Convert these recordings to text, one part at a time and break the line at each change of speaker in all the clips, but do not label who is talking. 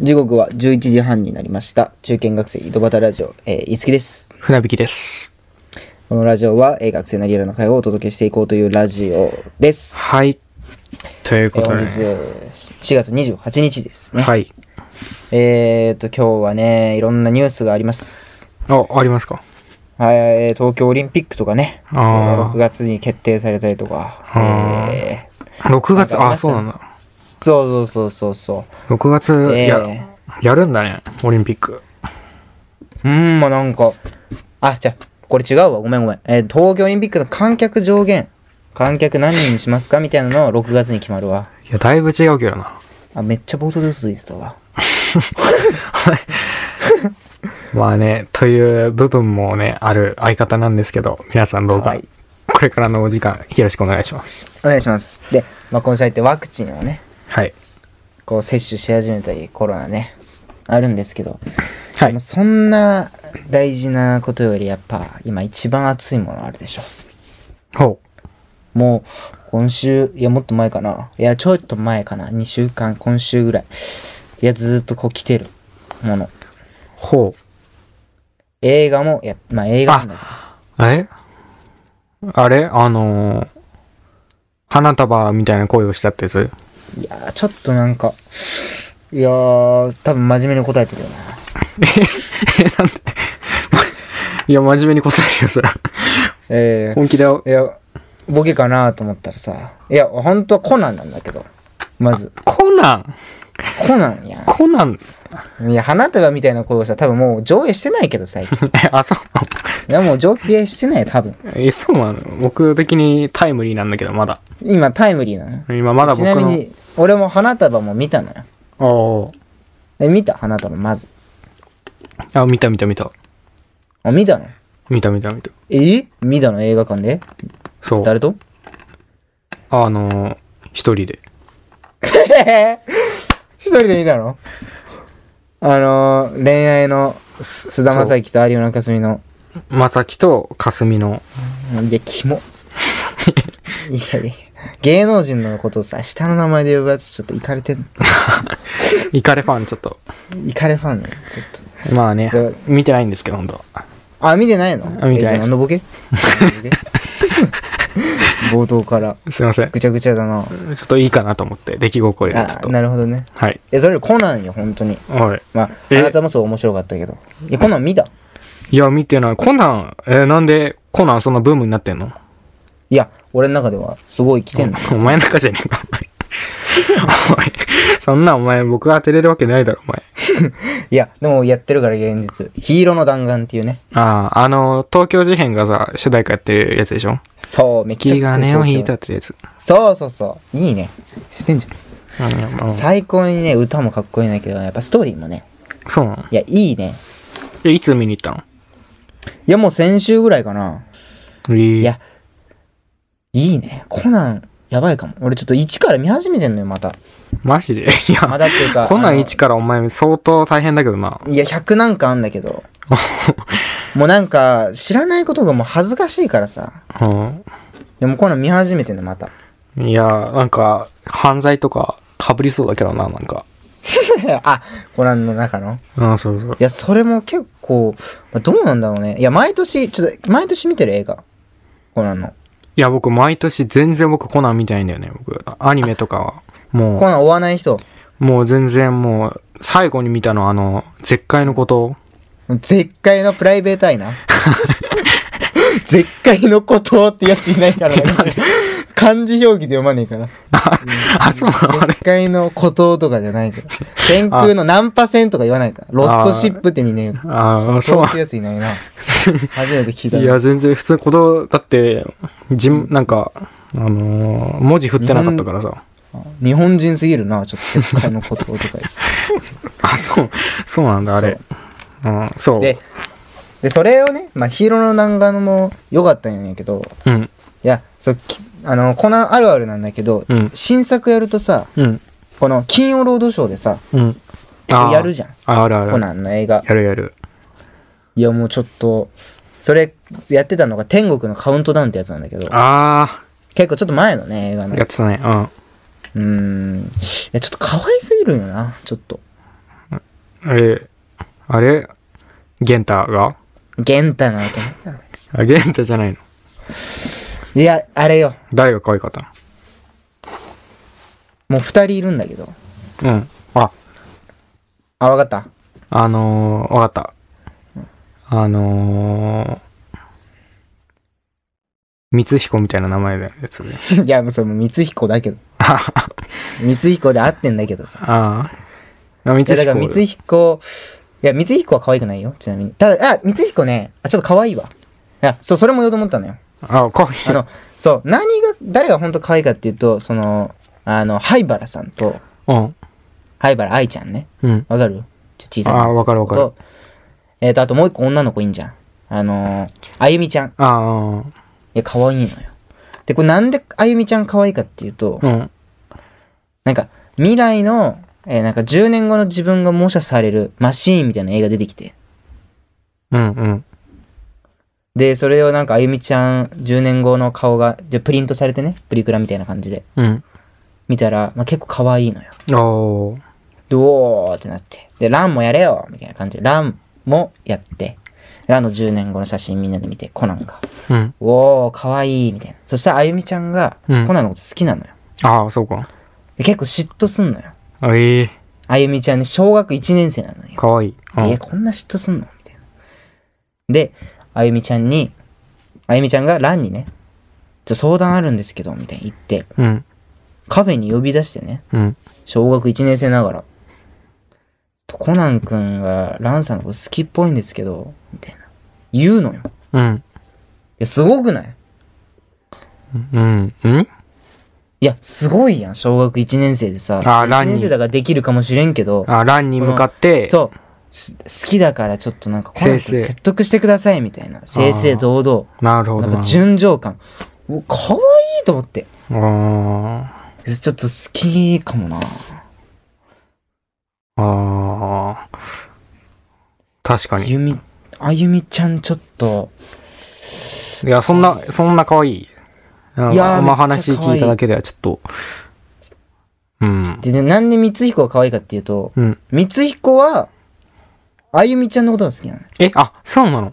時刻は11時半になりました。中堅学生井戸端ラジオ、えー、いつきです。
船引きです。
このラジオは、えー学生のリアルな会話をお届けしていこうというラジオです。
はい。という
え
こ
ー
と
本
で、
日、えー4月28日ですね。
はい。
えーっと、今日はね、いろんなニュースがあります。
あ、ありますか
はい、えー東京オリンピックとかね、えー
あ
6月に決定されたりとか、
あー
えー
あ。6
なん
月、
かあり
あ、
ました
そうなんだ。
そうそうそうそうそう。
6月、
え
や
ー、
やるんだね、オリンピック。
うーん、まあなんか、あ、じゃあこれ違うわ。ごめんごめん。えー東京オリンピックの観客上限。観客何人にしますかみたいなのは6月に決まるわ。
いや、だいぶ違うけどな。
あ、めっちゃ冒頭で嘘ついてたわ。
まあね、という部分もね、ある相方なんですけど、皆さんどう
は
か
い、
これからのお時間、よろしくお願いします。
お願いします。で、まあこの際ってワクチンをね、
はい。
こう接種し始めたり、コロナね、あるんですけど、
は
で
い
も。そんな大事なことよりやっぱ今一番熱いものあるでしょ。
ほ
もう、今週、いや、もっと前かな。いや、ちょっと前かな。2週間、今週ぐらい。いや、ずーっとこう来てるもの。
う。ほ
映画もや、まあ映画なんだけど
う。えあれあのー花束みたいな恋をしたってやつ
いやー、ちょっとなんか、いやー、多分真面目に答えてるよな。
いや、真面目に答えるよ、そら。
え
本気だよ
ー、。いや、ボケかなと思ったらさ、いや、本当はコナンなんだけど、まず、
コナン
コナンや
コナン
ん。いや、花束みたいな声をした多分もう上映してないけど、最近。
え、あ、そう
いや、もう上映してないよ、多分。
なのえ、そうなの僕的にタイムリーなんだけど、まだ。
今、タイムリーなの。
今まだ
ち
僕
なみ
の。
に、俺も花束も見たのよ。
おー
え、見た花束、まず。
あ、見た見た見た。
あ、見たの
見た見た見た。
え見たの映画館で
そう。
誰と
あのー、一人で。
一人で見たのあのー、恋愛のす菅田将暉と有村架純の。
まさきとかすみの。
いや、キモ。 いやいや芸能人のことをさ、下の名前で呼ぶやつちょっとイカれてん、
イカレファン、ちょっと。
イカれファンね、ちょっと。
まあね
で、
見てないんですけど、本当は
あ、見てないの
あ見てない
えじゃあ何の ボケ何のボケ冒頭から。
すいません。ち
ぐちゃぐちゃだな。
ょっといいかなと思って、出来心で、ちょっ
あ、
と。
なるほどね。
はい。
え、それコナンよ、本当に。
はい。
まあ、あ
え
なたもそう面白かったけど。いや、コナン見た
いや、見てない。コナン、えーなんでコナンそんなブームになってんの
いや、俺の中ではすごい来てんの。
お前なんかじゃねえか、お前。お前、そんなお前、僕が当てれるわけないだろ、お前。
いや、でもやってるから現実。ヒーローの弾丸っていうね。
ああ、あの、東京事変がさ、主題歌やってるやつでしょ
そう、めっちゃ
気がねを引いた
東
ってやつ。
京そうそうそう。いいね。知ってんじゃん。
うん、まあ
最高にね、歌もかっこいいんだけど、やっぱストーリーもね。
そうなの
いや、いいね。
えいつ見に行ったの
いや、もう先週ぐらいかな。
い
いや、いいね。コナン、やばいかも。俺ちょっと1から見始めてんのよ、また。
マジでい
ま
や、
だっていうか。
コナ
あ
ン
の
1からお前相当大変だけどな。
いや、100なんかあんだけど。 もうなんか、知らないことがもう恥ずかしいからさ。でもこの見始めてね、また。
うん。いや、なんか、犯罪とか、かぶりそうだけどな、なんか。
あ、コナンの中の
うん、そうそう。
いや、それも結構、まあどうなんだろうね。いや、毎年、ちょっと、毎年見てる映画。コナンの。
いや、僕、毎年全然僕コナン見てないんだよね、僕。アニメとかは。もう。
コナン追わない人。
もう全然もう、最後に見たのはあの、絶海のこと。
絶海のプライベートアイ な。絶海のことってやついないからね。漢字表記で読まねえから。
あ、そうなのあれ。
絶海のこととかじゃないから。天空の何パーセントか言わないから。ロストシップってみんな言う。
ああ、
そ
そうう
ってやついないな。初めて聞いた
な
な。
の。いや、全然普通、こと、だって、じん、なんか、あのー文字振ってなかったからさ。
日本人すぎるな、ちょっと絶海のこととか言って。
あ、そう、そうなんだ、あれ。うん、そう。
で、で、それをね、まあ、ヒーローの弾丸も良かったんやけど、
うん、
いや、そう、きあの、コナンあるあるなんだけど、
うん、
新作やるとさ、
うん、
この金曜ロードショーでさ、
うん。ー
やるじゃん。
ああるあ
コ
る。
ナンの映画。
やるやる。
いや、もうちょっと、それやってたのが天国のカウントダウンってやつなんだけど、
あ
結構ちょっと前のね、映画の。
あ、やってたね。うん。
うーん。いや、ちょっと可愛すぎるよな、ちょっと。
あれ、あれゲンタが
玄太なわけないだろ。
あ、ゲンタじゃないの。
いや、あれよ。
誰が可愛かった
もう二人いるんだけど。
のうん。あ、
あ、わかった。
あのー、わかった。あのー、光彦みたいな名前だよね、それ。
いや、もうそれもう光彦だけ ど。光彦で合ってんだけどさ。
ああ。あ、
いや、
光
だ
彦。
から光彦、いや、光彦は可愛くないよ、ちなみに。ただ、あ、光彦ね、あ、ちょっと可愛いわ。いや、そう、それも言おうと思ったのよ。
あ、可愛い。
あの、そう、何が、誰が本当可愛いかっていうと、その、あの、灰原さんと、
うん。
灰原愛ちゃんね。
うん。
わかるちょっと小さい
あーわかるわかる
とえっ、と、あともう一個女の子いいんじゃん。あのー、あゆみちゃん。い
あ
や、可愛いのよ。で、これなんであゆみちゃん可愛いかっていうと、
あ。うん。
なんか、未来の、えーなんか10年後の自分が模写されるマシーンみたいな映画出てきて。
うんうん。
で、それをなんかあゆみちゃん、10年後の顔が、でプリントされてね、プリクラみたいな感じで、
うん。
見たら、まあ、結構可愛いのよ。
おー。
どうってなって。で、ランもやれよみたいな感じで、ランもやって、ランの10年後の写真みんなで見て、コナンが。
うん。
おー、かわいい、みたいな。そしたら、あゆみちゃんが、コ
うん
ナンのこと好きなのよ。
ああ、そうか。
で結構嫉妬すんのよ。
あええ
あゆみちゃんね、小学1年生なのよ。
可愛い。うん
いや、こんな嫉妬すんのみたいな。で、あゆみちゃんに、あゆみちゃんがランにね、ちょ相談あるんですけど、みたいに言って、
うん。
カフェに呼び出してね、
うん。
小学1年生ながら。コナンくんがランさんのこと好きっぽいんですけど、みたいな。言うのよ。い
うん。
や、すごくない
うん。うん
いや、すごいやん、小学1年生でさ。
あーラン
1
に
年生だからできるかもしれんけど、
あ、ランに向かって、
そう。し好きだからちょっとなんか、コナンくん
正々
説得してください、みたいな。正々堂々。
なるほど
なん
な。
か純情感。うわ可愛いと思って。
あ
ちょっと好きかもな。
ーあー。確か
あ
に。
ゆみ、あゆみちゃんちょっと、
いや、そんな、そんな可愛い。なんか
いやー
まあ
めっち
話
ゃ可愛い
聞いただけではちょっと。うん。
で、でなんで光彦が可愛いかっていうと、
うん。
光彦は、あゆみちゃんのことが好きなの。
え、あ、そうなの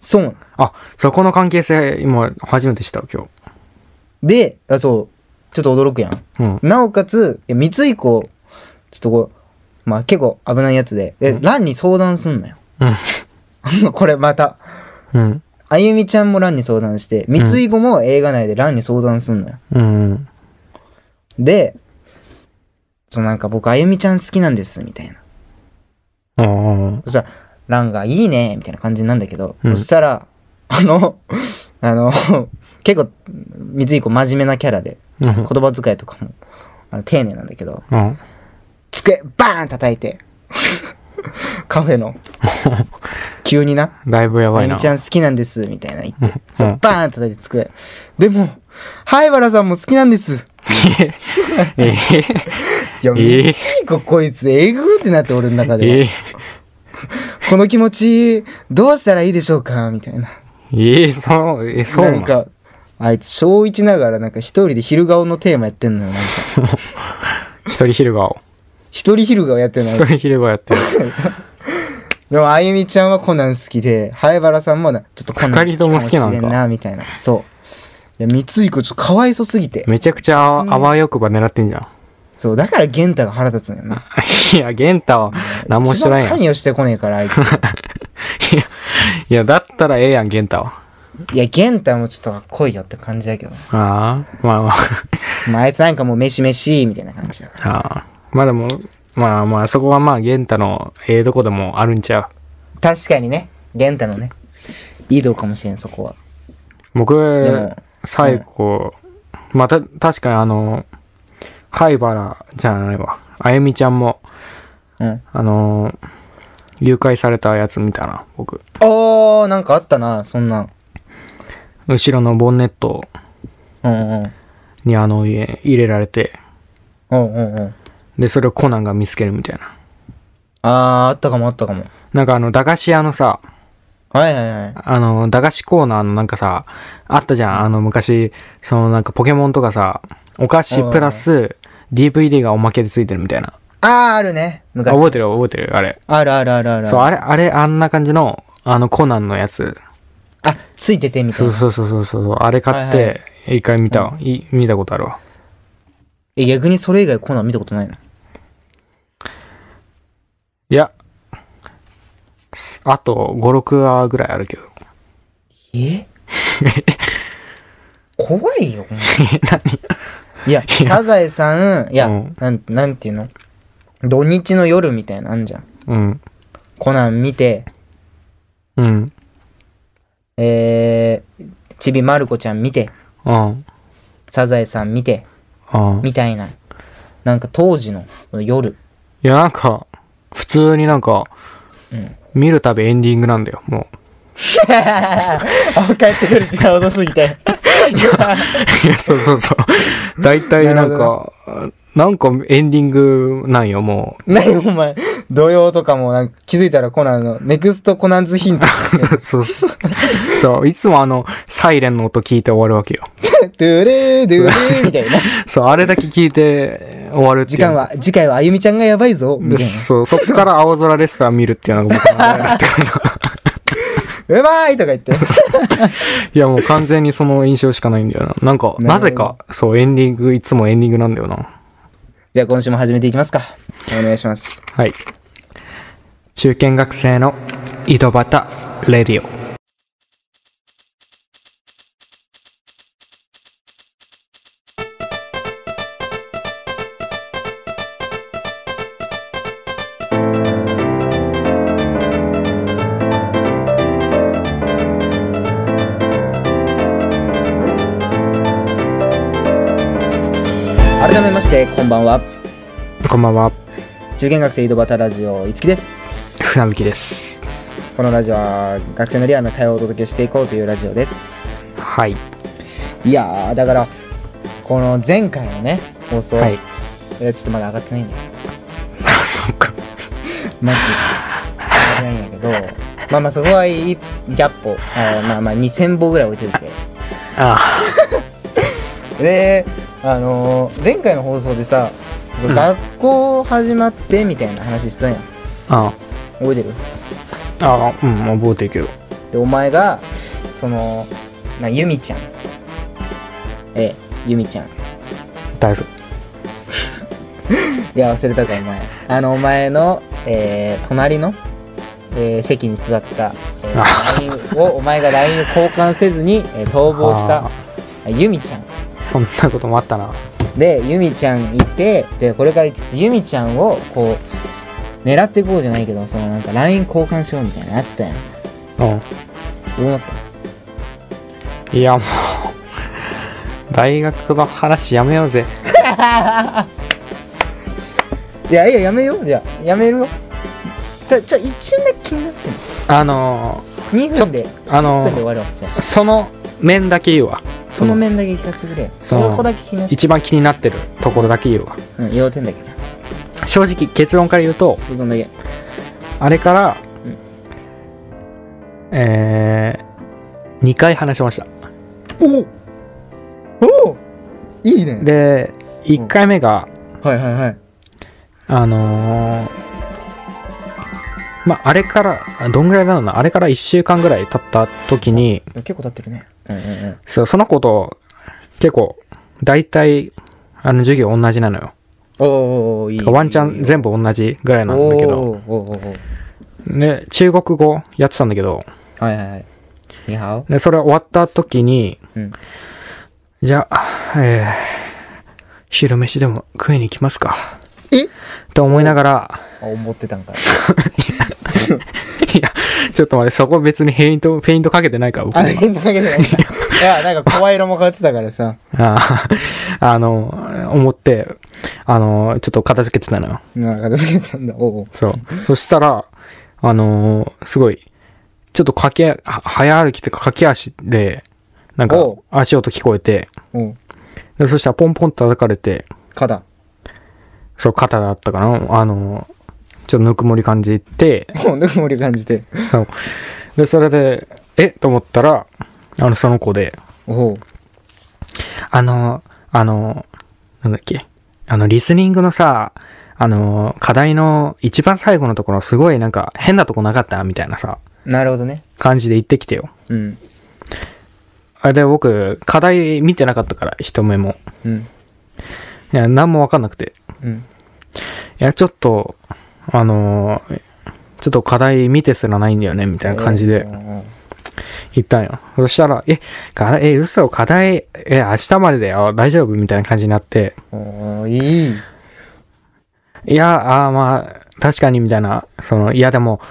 そう。
あ、そこの関係性、今、初めて知った、今
で、あ、そう、ちょっと驚くやん。
日。うん。
なおかつ、いや光彦、ちょっとこう、まあ結構危ないやつで、で、蘭に相談すんのよ。 これまた。
うん。
あゆみちゃんも蘭に相談して、光彦も映画内で蘭に相談すんのよ。
うん。
で、そのなんか僕、あゆみちゃん好きなんです、みたいな。
うん。
そしたら、ランがいいね、みたいな感じになるんだけど、
うん
そしたら、あの、 あの、結構、水井子真面目なキャラで、
う
言
ん。
葉遣いとかも、あの丁寧なんだけど、
うん。
机、バーン叩いて、 カフェ の、急にな、
だいぶや
あ
ばい
ゆ
な。
みちゃん好きなんです、みたいな言って、そううんバーン叩いて机。でも、灰原さんも好きなんです。
え
いや、
え
水
ええ
井子こいつ、えぐーってなって俺の中では。
え
この気持ち、どうしたらいいでしょうかみたいな。
ええそう、え、そう
なんか、あいつ小1ながらなんか一人で昼顔のテーマやってんのよ。なんか、
一人昼顔。
一人昼顔やってんの
一
よ。
人昼顔やってる。
でも、あゆみちゃんはコナン好きで、灰原さんもな、ちょっとコナン好きかもしれ
二人とも好き
ん
なの
な、みたいな。そう。いや、三井子ちょっとかわいそすぎて。
めちゃくちゃ、あわよくば狙ってんじゃん。
そう、だから玄太が腹立つのよな。
いや、ゲンタは何もして
一
な
番
いやん。
関
い
与してこねえから、あ いつ。
や、だったらええやん、ゲンタは。
いや、玄太もちょっとかっこいいよって感じだけど。
ああ、まあまあ。
まあ、あいつなんかもう飯飯、みたいな感じだから。
ああ。まあでも、まあまあ、そこはまあ、ゲンタのええとこでもあるんちゃ
確かにね、玄太のね、いいとこかもしれん、そこは。
う。僕
でも、
最後、まあた、確かにあの、灰原じゃないわ。あゆみちゃんも、
うん。
あのー誘拐されたやつ見たな、僕。
あー、なんかあったな、そんなん。
後ろのボンネット
うんうん。
にあの、入れられて、
うんうんうん。
で、それをコナンが見つけるみたいな。
あー、あったかもあったかも。
なんかあの、駄菓子屋のさ、
はいはいはい。
あの、駄菓子コーナーのなんかさ、あったじゃん。あの、昔、そのなんかポケモンとかさ、お菓子プラス DVD がおまけでついてるみたいな。
ああー、あるね。昔。
覚えてる覚えてる、あれ。
あるあるあるある。
そう、あれ、あれ、あんな感じの、あの、コナンのやつ。
あ、ついててみたい
そう
な。
そうそうそうそう、あれ買っ
はいは
て、一回見たわ、い見たことあるわ。
え、逆にそれ以外コナン見たことないの。
いや、すあと5、6話ぐらいあるけど。
え 怖いよ、ほんと いや、サザエさん、いや、
うん
なん、なんていうの土日の夜みたいなのあんじゃん。
うん。
コナン見て、
うん。
えー、ちびまる子ちゃん見て、
うん。
サザエさん見て、
うん。
みたいな。なんか当時のこの夜。
いや、なんか、普通になんか、
ん
見るたびエンディングなんだよ、も
あ、帰ってくる時間遅すぎ て。
う。いや、そうそうそう。大体なんか、なんかエンディングなんよ、も
何お前、土曜とかもなんか気づいたらコナンの、ネクストコナンズヒ ント
う。そうそう。そう、いつもあの、サイレンの音聞いて終わるわけよ。
ドゥレードゥレーみ たいな。
そう、あれだけ聞いて終わるってい
時
う。
間は、次回はあゆみちゃんがやばいぞ、み
で
たい
そう、そっから青空レストラン見るっていうのが僕の流れだったから。
な。うまーいとか 言って。
いや、もう完全にその印象しかないんだよな。なんか、
ど
なぜか、そう、エンディング、いつもエンディングなんだよな。
じゃあ今週も始めていきますか。お願いします。
はい。中堅学生の井戸端レディオ。
改めまして、こんばんは。
こんばんは、
中堅学生井戸端ラジオ、いつきです。
船引きです。
このラジオは学生のリアルな会話をお届けしていこうというラジオです。
はい。
いやー、だから、この前回のね、放送、
はい。
えーちょっとまだ上がってないんだよ。
そっか。
マジ上がってないんだけど、まあまあそこはいい100歩、あーまあまあ2000歩ぐらい置いといて。
あ
であのー前回の放送でさ、
ん
学校始まってみたいな話したんやん
あ、
覚えてる
ああ、うん、覚えてるけど。
でお前がそのなゆみちゃんええゆみちゃんい
大丈
や忘れたかお前あのお前の、えー隣の、えー席に座った、えー LINE をお前が LINE を交換せずに、えー逃亡した
あ
ゆみちゃん
夫。そんなこともあったな。
でゆみちゃんいてでこれからちょっとゆみちゃんをこう狙っていこうじゃないけどそのなんか LINE 交換しようみたいなのあったやん
うん。
どうなった
いや、もう、 大学の話やめようぜ。
いやいややめようじゃあやめるよちょちょ一目気になってんの
あの
2分で
ー、あ
2
の
分で終
ー、
わろうじゃあ
その面だけ言うわ。
その面だけ聞かせてくれよ
その
ここだけ気になって
一番気になってるところだけ言うわ。
うん要点だけな
正直、結論から言うと、
そんだけ
あれから、
うん
えー、2回話しました。
おおいいね
で、1回目が、
はいはいはい
あのー、まあ、あれから、あどんぐらいだろうな、あれから1週間ぐらい経った時に、
結構経ってるねうんうんうん
そうその子と、結構、大体、あの、授業同じなのよ。
おーおーおーいい
ワンチャン全部同じぐらいなんだけど。
おーおーおーおー
で、中国語やってたんだけど、
はいはいはい你好
で、それ終わった時に、
うん
じゃあ、えー、昼飯でも食いに行きますか。
え
と思いながら、
あ思ってたんかい
いや、ちょっと待って、そこ別にフェイント、フェイントかけてないから、僕
あ、変なわけじゃ ないんだ。いや、なんか声色も変わってたからさ。
あー あの、思って、あの、ちょっと片付けてたのよ。
なんか片付けたんだ。おう
そう。そしたら、あのーすごい、ちょっと駆け、は早歩きというか駆け足で、なんか
おう、
足音聞こえて、
おう。おう
でそしたらポンポン叩かれて、
肩。
そう、肩だったかなあの、ちょっとぬくもり感じて、
もうぬくもり感じて。
そうで、それで、えと思ったら、あの、その子で、
おう。
あの、あの、なんだっけ、あの、リスニングのさ、あの、課題の一番最後のところ、すごいなんか変なとこなかったみたいなさ、
なるほどね。
感じで言ってきてよ。
うん。
あれで僕、課題見てなかったから、一目も。
うん。
いや、何もわかんなくて。
うん。
いや、ちょっと、あのーちょっと課題見てすらないんだよね、みたいな感じで
うん
言ったんよ。そしたら、え、課題、え、嘘、課題、え、明日までだよ、大丈夫みたいな感じになって、
うんおーいい。
いや、あーまあ、確かに、みたいな、その、いや、でも、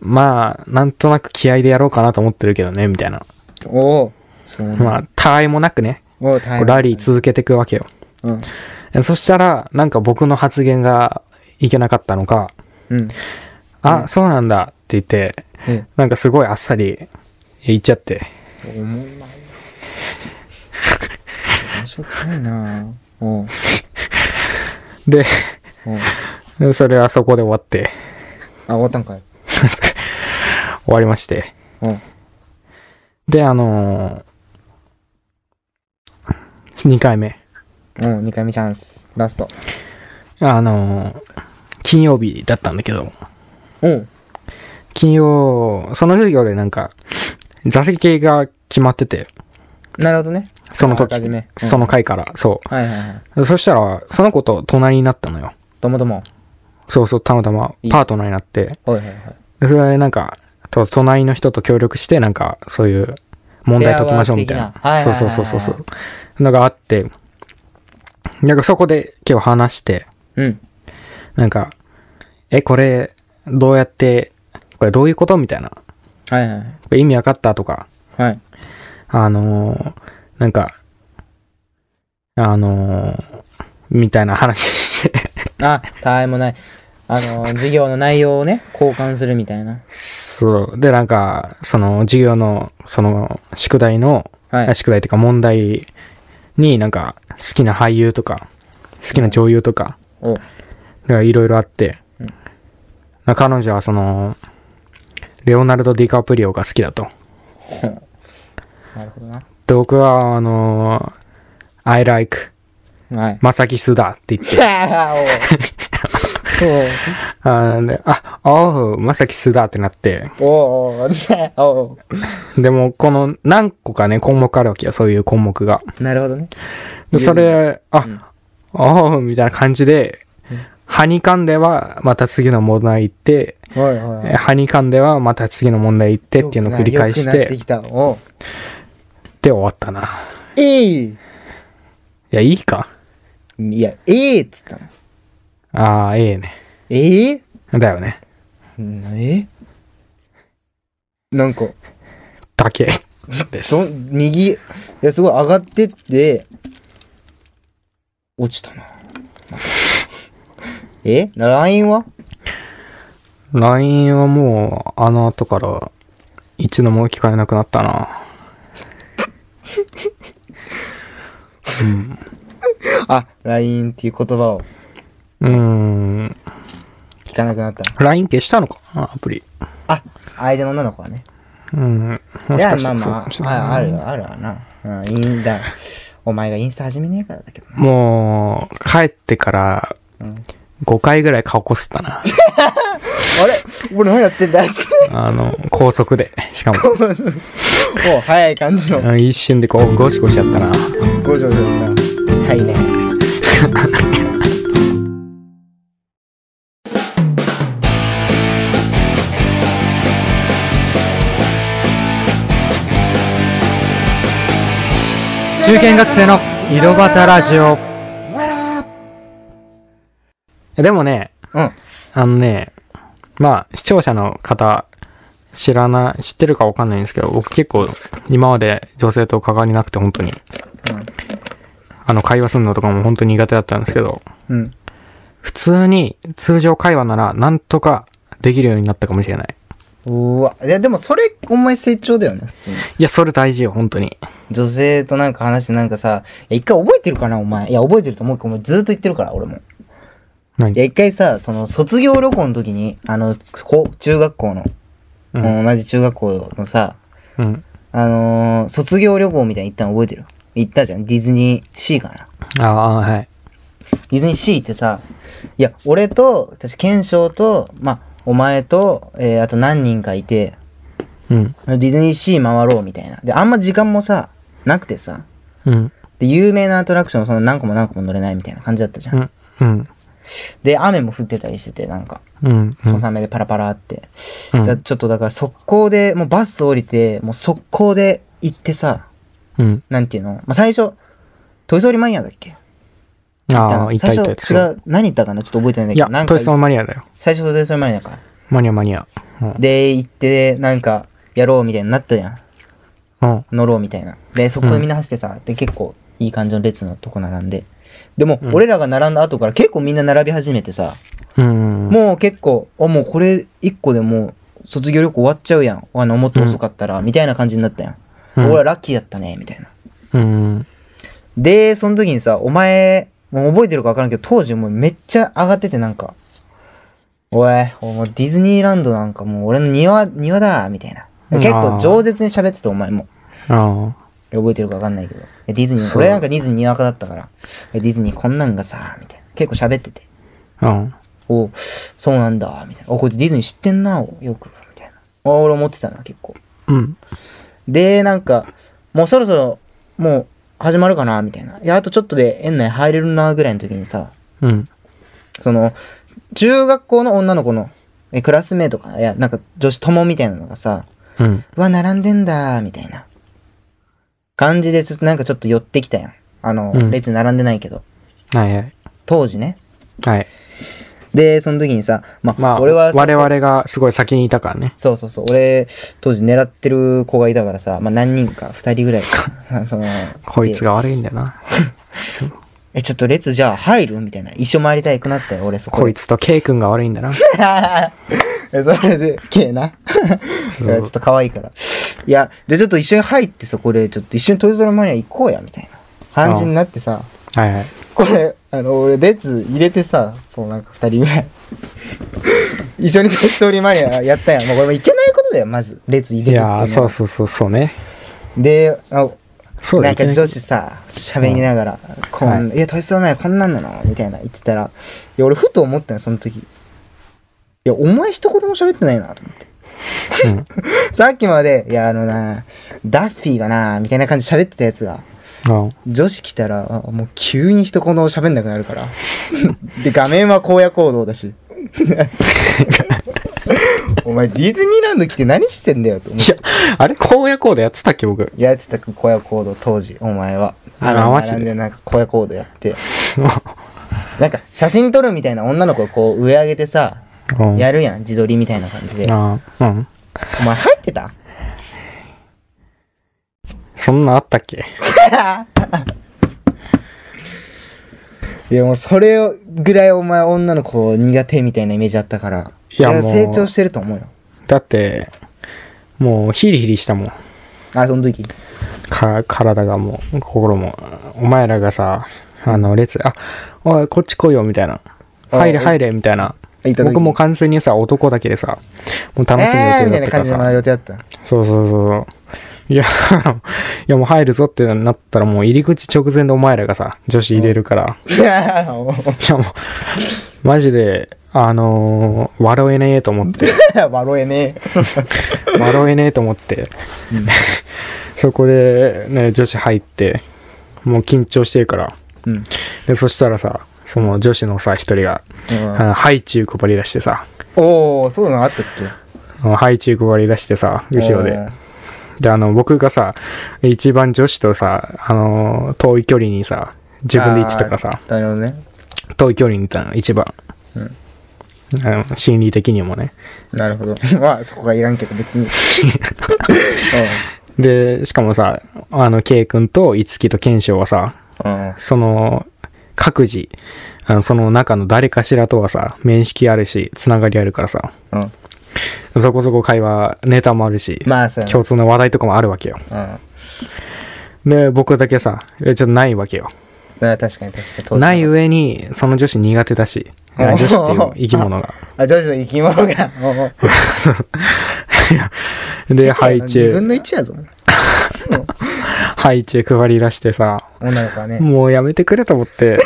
まあ、なんとなく気合でやろうかなと思ってるけどね、みたいな。
おお。そうね。
まあ、たわいもなくね、
おー
こ
大
う
変。
ラリー続けていくわけよ。
うん。
えそしたら、なんか僕の発言がいけなかったのか、
うん。
あ、そうなんだって言って、
え
なんかすごいあっさり言っちゃって。
え、おもんない。面白くないなおう
で、
おう
それはそこで終わって、
あ、終わったんかい。
終わりまして。
おう
で、あのー、2回目。
おう二回目チャンス。ラスト。
あのー、金曜日だったんだけど、
おう
金曜、その授業でなんか、座席が決まってて、
なるほどね。
その
あらか
時
じめ、うん
その回から、そ
はいはいはい。
う。そしたら、その子と隣になったのよ。
ともとも。
そうそう、たまたま
いい
パートナーになって、
おいはいはい。
で、それでなんか、と隣の人と協力して、なんか、そういう問題解きましょうみたい
ペアワーク
な。
的
そ
な
うそうそうそう。
は
そ
いは
うのがあって、なんかそこで今日話して、
うん。
なんか、え、これ、どうやって、これどういうことみたいな。こ
はいはいはい。
れ意味わかったとか、
はい。
あのーなんか、あのーみたいな話して、
あ、たわいもない。あの、 授業の内容をね、交換するみたいな。
そう。で、なんか、その、授業の、その、宿題の、
はい。
宿題というか問題になんか好きな俳優とか好きな女優とか
おう
いろいろあって、
うん
まあ彼女はそのレオナルド・ディカプリオが好きだと
ほうなるほどな。
で僕はあのー I like
はい。
マサキスだって言って
ああ、おう
あーであおうマサキスだってなって
おうおうおうおう
でもこの何個かね項目あるわけよそういう項目が
なるほどね。
でそ
い
れあ、
うん
おうみたいな感じで、
うん
はにかんではまた次の問題行って
おいおいおい。
ハニカンではまた次の問題行ってっていうのを繰り返し
良くなって
て、
きた。おう
で終わったな。
いい
いや、いいか。
いや、ええっつったの。
ああ、ええね。
ええ
だよね。
なえなんか、
だ け。です。
どん、右、いや、すごい上がってって、落ちたな。なんかえな、LINE は
LINE はもう、あの後から、一度も聞かれなくなったな。
あ、LINE っていう言葉を
うーん。
聞かなくなった。
LINE 消したのかなアプリ。
あ、相手の女の子はね。
うん。
いや、まあ
そう
ま
かもしれ
あ、
ない
ああるよ、あるわな。うん、いいんだ。お前がインスタ始めねえからだけどな。
もう、帰ってから、
うん
5回ぐらい顔こすった な。
あれ俺何やってんだ
あの、高速で。しかも、
もう早い感じの
あの一瞬でこう、ゴシゴシやったな。
五条だった。はいね。
中堅学生の井戸端ラジオ。でもね、
うん。
あのね、まあ、視聴者の方、知らな、知ってるかわかんないんですけど、僕結構、今まで女性と関わりなくて本当に、あの、会話するのとかも本当に苦手だったんですけど、
うん。
普通に通常会話ならなんとかできるようになったかもしれない。
うわ。いや、でもそれ、お前成長だよね、普通に。
いや、それ大事よ、本当に。
女性となんか話してなんかさ、いや一回覚えてるかな、お前。いや、覚えてると思うけど、お前ずーっと言ってるから、俺も。
何
いや、一回さ、その、卒業旅行の時に、あの、こ中学校の、
うん
もう同じ中学校のさ、
うん。
あのー卒業旅行みたいに行ったの覚えてる行ったじゃん。ディズニーシーかな。
ああ、はい。
ディズニーシーってさ、いや、俺と、私、賢章と、まあ、お前と、えーあと何人かいて、
うん。
ディズニーシー回ろうみたいな。で、あんま時間もさ、なくてさ、
うん。
で、有名なアトラクションをその何個も何個も乗れないみたいな感じだったじゃん。
うん。うん。
で、雨も降ってたりしてて、なんか、
うん。
小雨でパラパラって。
うん
だちょっとだから速攻で、もうバス降りて、もう速攻で行ってさ、
うん。
なんていうの、まあ、最初、トイソーリーマニアだっけ
ああ、いた
最
いたい
初、
た。
違う、何言ったかなちょっと覚えてないんだ
い
け
や
ど、なん、か
トイストーマニアだよ。
最初トイソーリーマニアか。
マニアマニア。うん
で、行って、なんか、やろうみたいになったじゃん。
うん。
乗ろうみたいな。で、そこでみんな走ってさ、で、結構いい感じの列のとこ並んで。でも、
うん
俺らが並んだ後から結構みんな並び始めてさ、
うん。
もう結構、あ、もうこれ一個でもう卒業旅行終わっちゃうやん。あの、もっと遅かったら、みたいな感じになったやん。
うん
俺はラッキーだったね、みたいな。
うん。
で、その時にさ、お前、もう覚えてるか分からんけど、当時もうめっちゃ上がっててなんか、おい、おもうディズニーランドなんかもう俺の庭、庭だ、みたいな。結構饒舌に喋ってた、お前も。
あ
覚えてるか分かんないけど。えディズニー、
そう
俺なんかディズニーにわかだったから、えディズニーこんなんがさ、みたいな。結構喋ってて。
あ。うん。
おそうなんだ、みたいな。お、こいつディズニー知ってんな、およく、みたいな。お俺思ってたな、結構。
うん。
で、なんか、もうそろそろ、もう始まるかな、みたいな。いや、あとちょっとで園内入れるな、ぐらいの時にさ、
うん。
その、中学校の女の子の、え、クラスメイトかな、いや、なんか女子友みたいなのがさ、
うん。
うわ、並んでんだ、みたいな感じで、ちょっとなんかちょっと寄ってきたやん。あの、
うん
列並んでないけど、
はいはい。
当時ね。
はい。
で、その時にさ、まあ、
まあ、
俺はさ
我々がすごい先にいたからね。
そうそうそう、俺、当時狙ってる子がいたからさ、まあ何人か、2人ぐらいか、 その、
こいつ
で
が悪いんだよ な。
え、ちょっと列じゃあ入るみたいな。一緒回りたいくなったよ、 俺そこ
こ
で
い。つと K 君が悪いんだな。
えそれで、けえ な。いやちょっと可愛いから。いや、で、ちょっと一緒に入って、そこで、ちょっと一緒にトイゾラマニア行こうや、みたいな感じになってさ、
はいはい。
これ、あの、俺、列入れてさ、そう、なんか二人ぐらい。 一緒にトイストーリーマニアやったやん。もうこれもいけないことだよ、まず。列入
い
れるっていうのは
やー、そうそうそう、そ うね。
で、あ
そうだ
なん
よ
か
ね。
女子さ、喋りながら、こん、、
はい
や、トイストーリーマニアこんなんなのみたいな言ってたら、いや、俺、ふと思ったよ、その時。いや、お前一言も喋ってないな、と思 って。
うん
さっきまで、いや、あのな、ダッフィーがな、みたいな感じで喋ってたやつが、
うん
女子来たら、あもう急に一言も喋んなくなる から。で、画面は荒野行動だし。お前、ディズニーランド来て何してんだよ、と思っ
い
て。
や、あれ荒野行動やってたっけ、僕。
やってた荒野行動、当時、お前は。
あ
の
マジで
並んで、なんか荒野行動やって。なんか、写真撮るみたいな女の子をこう上上げてさ、
うん
やるやん、自撮りみたいな感じで。
あーうん。
お前入ってた そ
そんなあったっけ
いやもうそれをぐらいお前女の子苦手みたいなイメージあったから
いや
いや
もう
成長してると思うよ
だって、もうヒリヒリしたもん。
あその時
か、体がもう、心も。お前らがさ、あの、列、あ、おい、こっち来いよ、みたいな。
あ
入れ、入れ、みたいな。
いた時
僕も完全にさ、男だけでさ、もう楽しむ予
えー
定
み
だ
た
っ
いな
たか
感
ら
じの
さ。
予定だった
そうそうそうそう。いや、 あのいやもう入るぞってなったらもう入り口直前でお前らがさ、女子入れるから、
笑
いやもう、マジで、あのー笑えねえと思って、
えね
笑えねえと思って、 そこで、ね、女子入って、もう緊張してるから、
うん、うん
で、そしたらさ、その女子のさ、一人が、あハイチュウこばり出してさ、
おおそうなのあったっ
あのハイチュウこばり出してさ、
け
後ろで。で、あの、僕がさ、一番女子とさ、あのー遠い距離にさ、自分で行ってたからさ、
あーなるほどね
遠い距離にいたの、一番。
うん
あの心理的にもね。
なるほど まあそこがいらんけど 別に
で、しかもさ、あの、ケイ君といつきとケンショウはさ、
うんうん
その、各自、あのその中の誰かしらとはさ、面識あるし、つながりあるからさ、
うん
そこそこ会話、ネタもあるし、
まあそうや
共通の話題とかもあるわけよ。
なうん
で、僕だけさ、えちょっとないわけよ。
まあ確かに確かに当時
ない上に、その女子苦手だし、
お
女子っていう生き物が。
あジョジョの生き物がもう
そういやで、ハイ
自
チュウ
分の位置やぞ。
ハイチュウ配り出してさ、
女の子はね。
もうやめてくれと 思って、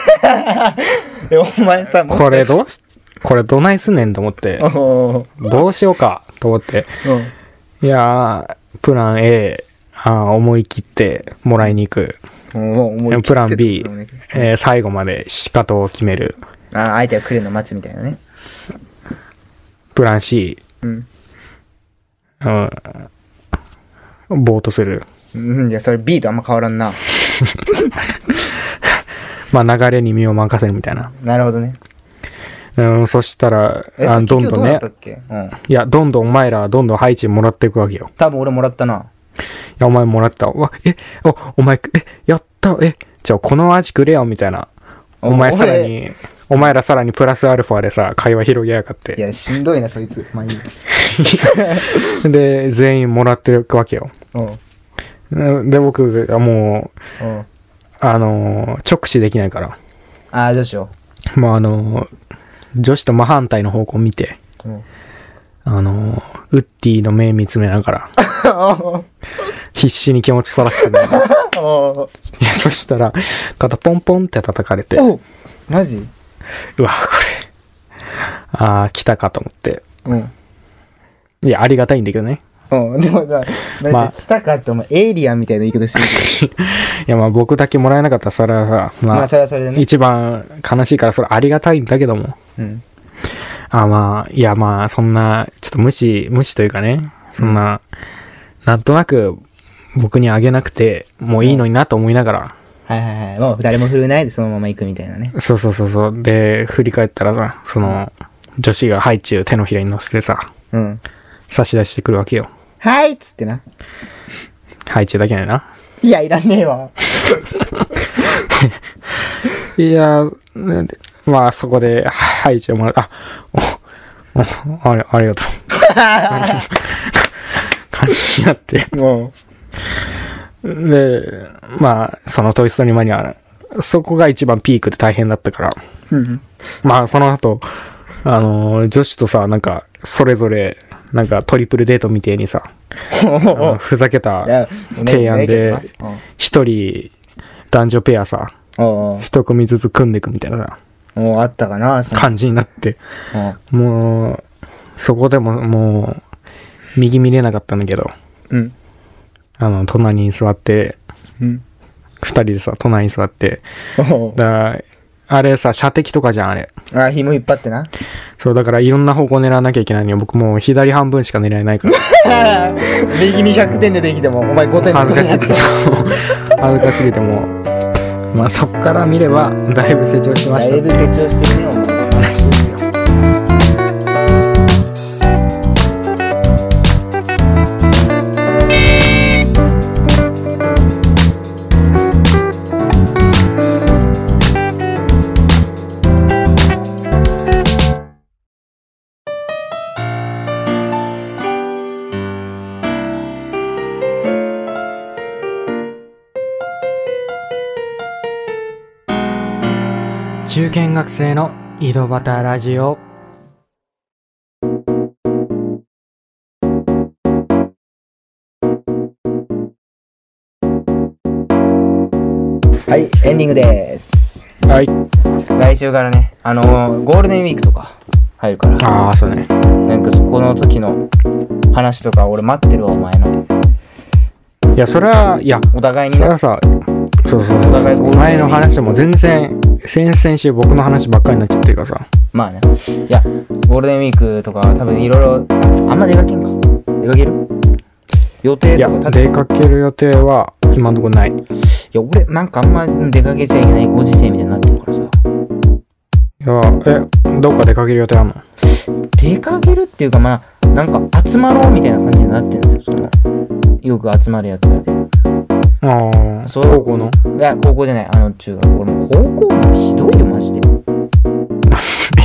え、お前さ、もしかし
これどうし、これどないすんねんと思って、
おお
どうしようかと思って、
ーうん。
いやー、プラン A、あー思い切ってもらいに行く。
もう思い切って
プラン B
ところね
えー最後まで仕方を決める。
あ相手が来るの待つみたいなね。
プラン C、
うん。
うん、ぼーっとする。
うん、いや、それ B とあんま変わらんな。
まあ流れに身を任せるみたいな。
なるほどね。
うん、そしたら、
え、
あ
さ
のどんど
どう
ん
だ
ね
った、っけうん。
いや、どんどんお前ら、どんどん配置もらっていくわけよ。
多分俺もらったな。
いや、お前もらった。うわ、え、お、お前、え、やった、え、じゃあこの味くれよ、みたいな。お前さらに、お前らさらにプラスアルファでさ、会話広げやがっ
い
て。
や、しんどいな、そいつ。まあいいや。
で、全員もらっていくわけよ。
うん。
うんで、僕がもう、
うん。
あのー直視できないから。
ああ、どうしよ
まあ、あのー女子と真反対の方向見て、
う。うん。
あのーウッディの目見つめな がら、
あ
必死に気持ちさらしてね。
あお
いや、そしたら、肩ポンポンって叩かれて、
マジ
うわ、これ、ああ、来たかと思って。
うん。
いや、ありがたいんだけどね。
うん。 でもさ、なん
まあ
か来たかって、お前、エイリアンみたいな言い方してるけ
いや、まあ僕だけもらえなかったら、それはさ、
ど。ま
ま
あ、
あ、
それはそれでね。
一番悲しいから、それありがたいんだけども。
うん。
あーまあ、いや、まあ、そんな、ちょっと無視、無視というかね、そんな、なんとなく、僕にあげなくて、もういいのになと思いながら、
はいはいはい。もう誰も振るないでそのまま行くみたいなね。
そうそうそうそう、で、振り返ったらさ、その、女子がハイチュウ手のひらに乗せてさ、
うん。
差し出してくるわけよ。
はいっつってな。
ハイチュウだけないな。
いや、いらねえわ。
いやー、なんでまあそこで、ハイチュウもらう、あ、お、お、あれ、ありがとう。 感じになって。
も
で、まあ、そのトイストーリーマニア、そこが一番ピークで大変だったから。
う。うん。
まあ、その後、あのー女子とさ、なんか、それぞれ、なんかトリプルデートみてえにさ、あのふざ
い
け
や
た、
ね
提案で
ねうん
一人男女ペアさ、
おうおう
一組ずつ組んでいくみたいな
もうあったかな、その
感じになって、もう、そこでももう、右見れなかったんだけど、
うん。
あの、隣に座って、
うん。
二人でさ、隣に座って、
おう
だからあれさ、射的とかじゃん、あれ。
あ、紐引っ張ってな。
そう、だからいろんな方向狙わなきゃいけないのに、僕もう左半分しか狙えないから、
右に100点でできても、お前5点
恥ずかしすぎて
だ。
もう、恥ずかしすぎてもう、まあそっから見れば、だいぶ成長しまし
だ
た
いぶ成長してるね、お前。
らしいですよ。中堅学生の井戸端ラジオ
はい、エンディングです。
はい
来週からね、あのー、ゴールデンウィークとか入るから、
ああそうだね
なんかそこの時の話とか俺待ってるわ、お前の。
いやそれはいや
お互いに
それ
な
は。さそうそうそうそうお前の話も全然先々週僕の話ばっかりになっちゃってるからさ
まあね。いや、ゴールデンウィークとか多分いろいろ、あんま出かけんか。出かける予定
いや
とか立て
出かける予定は今のところない
いや、俺、なんかあんま出かけちゃいけないご時世みたいになってるからさ。
いやえどっか出かける予定あんの
出かけるっていうか、まあ、なんか集まろうみたいな感じになってんのよ、その。よく集まるやつらで。
ああ
そう
高校の
いや、高校じゃない、あの、中学校の。高校もひどいよ、マジで。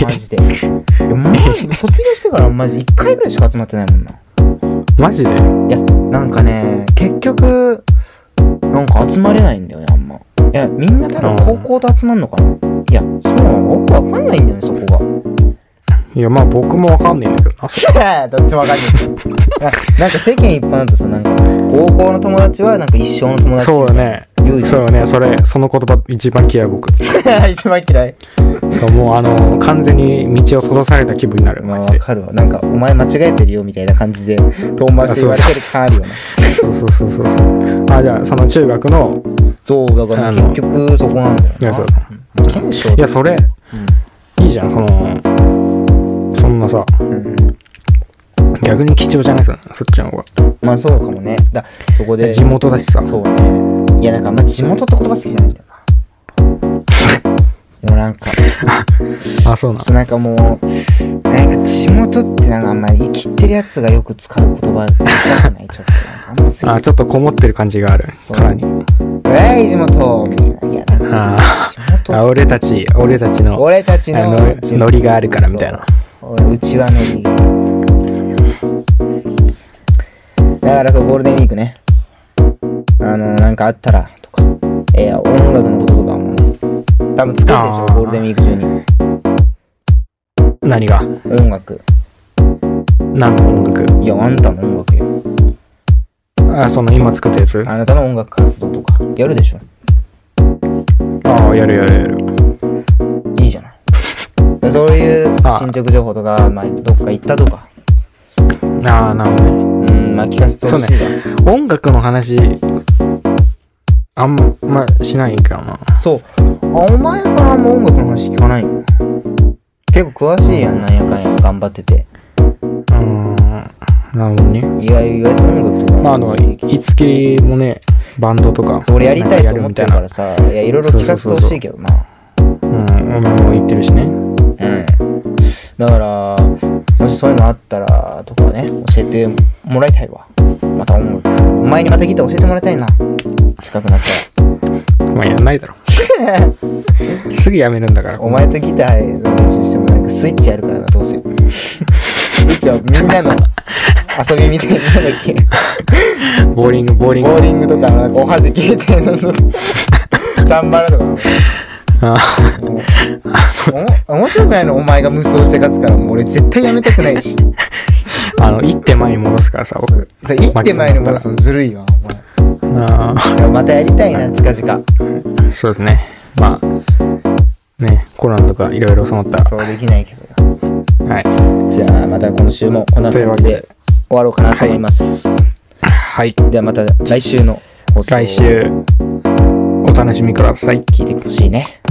マジで。いや、マジで、卒業してからマジ1回ぐらいしか集まってないもんな。
マジで
いや、なんかね、結局、なんか集まれないんだよね、あんま。いや、みんな多分高校と集まんのかな。いや、そうなの僕わかんないんだよね、そこが。
いや、まあ僕もわかんないんだけどな、それ。
どっちもわかんないななんか世間一般だとさなんか高校の友達はなんか一生の友達
そうよね。
言うじ
そう
ゃん
よね。それ、その言葉一番嫌い僕。
一番嫌い
そう、もうあの、完全に道を閉ざされた気分になる、
まあ
マジ
わ
で。
かるわなんかお前間違えてるよみたいな感じで遠回しで言われてる感あるよね
そうそうそうそうそう。あ、じゃあ、その中学の、
そうだから
あの
結局そこなんだよ
い
な
や、そう。
うん剣翔
いや、それ、いいじゃん、その、そんなさ、
うんうん
逆に貴重じゃないですか、そっちの方が。
まあそうかもねだそこで
地元だしさ。
そうねいやなんかあんま地元って言葉好きじゃないんだよなもうなんか
あ、そうな
そうなんかもうなんか地元ってなんかあんまり生きてるやつがよく使う言葉したくないちょっとなんかあんま
の。あ、
す
ちょっとこもってる感じがある。
そう
からに。
ぎえい地元みたいないやなんか
あ
地
あ、
元
俺たち、俺たちの、
俺たち
あ
の
の
地元
ノリがあるからみたいな
そう俺うちはノリがだからそうゴールデンウィークねあのなんかあったらとかえー、音楽のこととかもね多分作るでしょ
あー
ゴールデンウィーク中に
何が
音楽
何の音楽
いやあんたの音楽よ
あ、その今作ったやつ
あなたの音楽活動とかやるでしょ
ああ、やるやるやる。
いいじゃないそういう
あ
進捗情報とか、まあ、どっか行ったとか
ああ、なるほどね。
うんまあ聞かせてほしいわそう,、
音楽の話、あんましないからな。
あお前からあんま音楽の話聞かないの結構詳しいやんなんやかんや頑張ってて
うーん、なるほどね。
意外意外と音楽とか
まあ、あの、いつきもね、バンドとか。
そう俺やりたいと思ってるか
なん
らさいやいろいろ聞かせてほしいけどな
やるみたいな。うん、お前も言ってるしね。
うんだからもしそういうのあったらとかね教えてもらいたいわまた音楽お前にまたギター教えてもらいたいな近くなったら
まあ、やんない だろ。すぐやめるんだから。
お前とギターの練習してもなんかスイッチあるからなどうせスイッチはみんなの遊びみたいななんだっ け
ボーリング、ボーリング。
ボーリングとかなんかおはじきみたいなのチャンバラとか
あ
お面白くないのお前が無双して勝つからもう俺絶対やめたくないし
あの、一手前に戻すからさ、僕。
それ一手前の無双ずるいわお前
ああ。
いやまたやりたいな近々
そうですね。まあ、ね、コロナとかいろいろ収まったら。
そうできないけど
はい。
じゃあまた今週もこんな感じ
というわけ
で終わろうかなと思います、
はい。
ではまた来週の放送を
来週、お楽しみください。
聞いてほしいね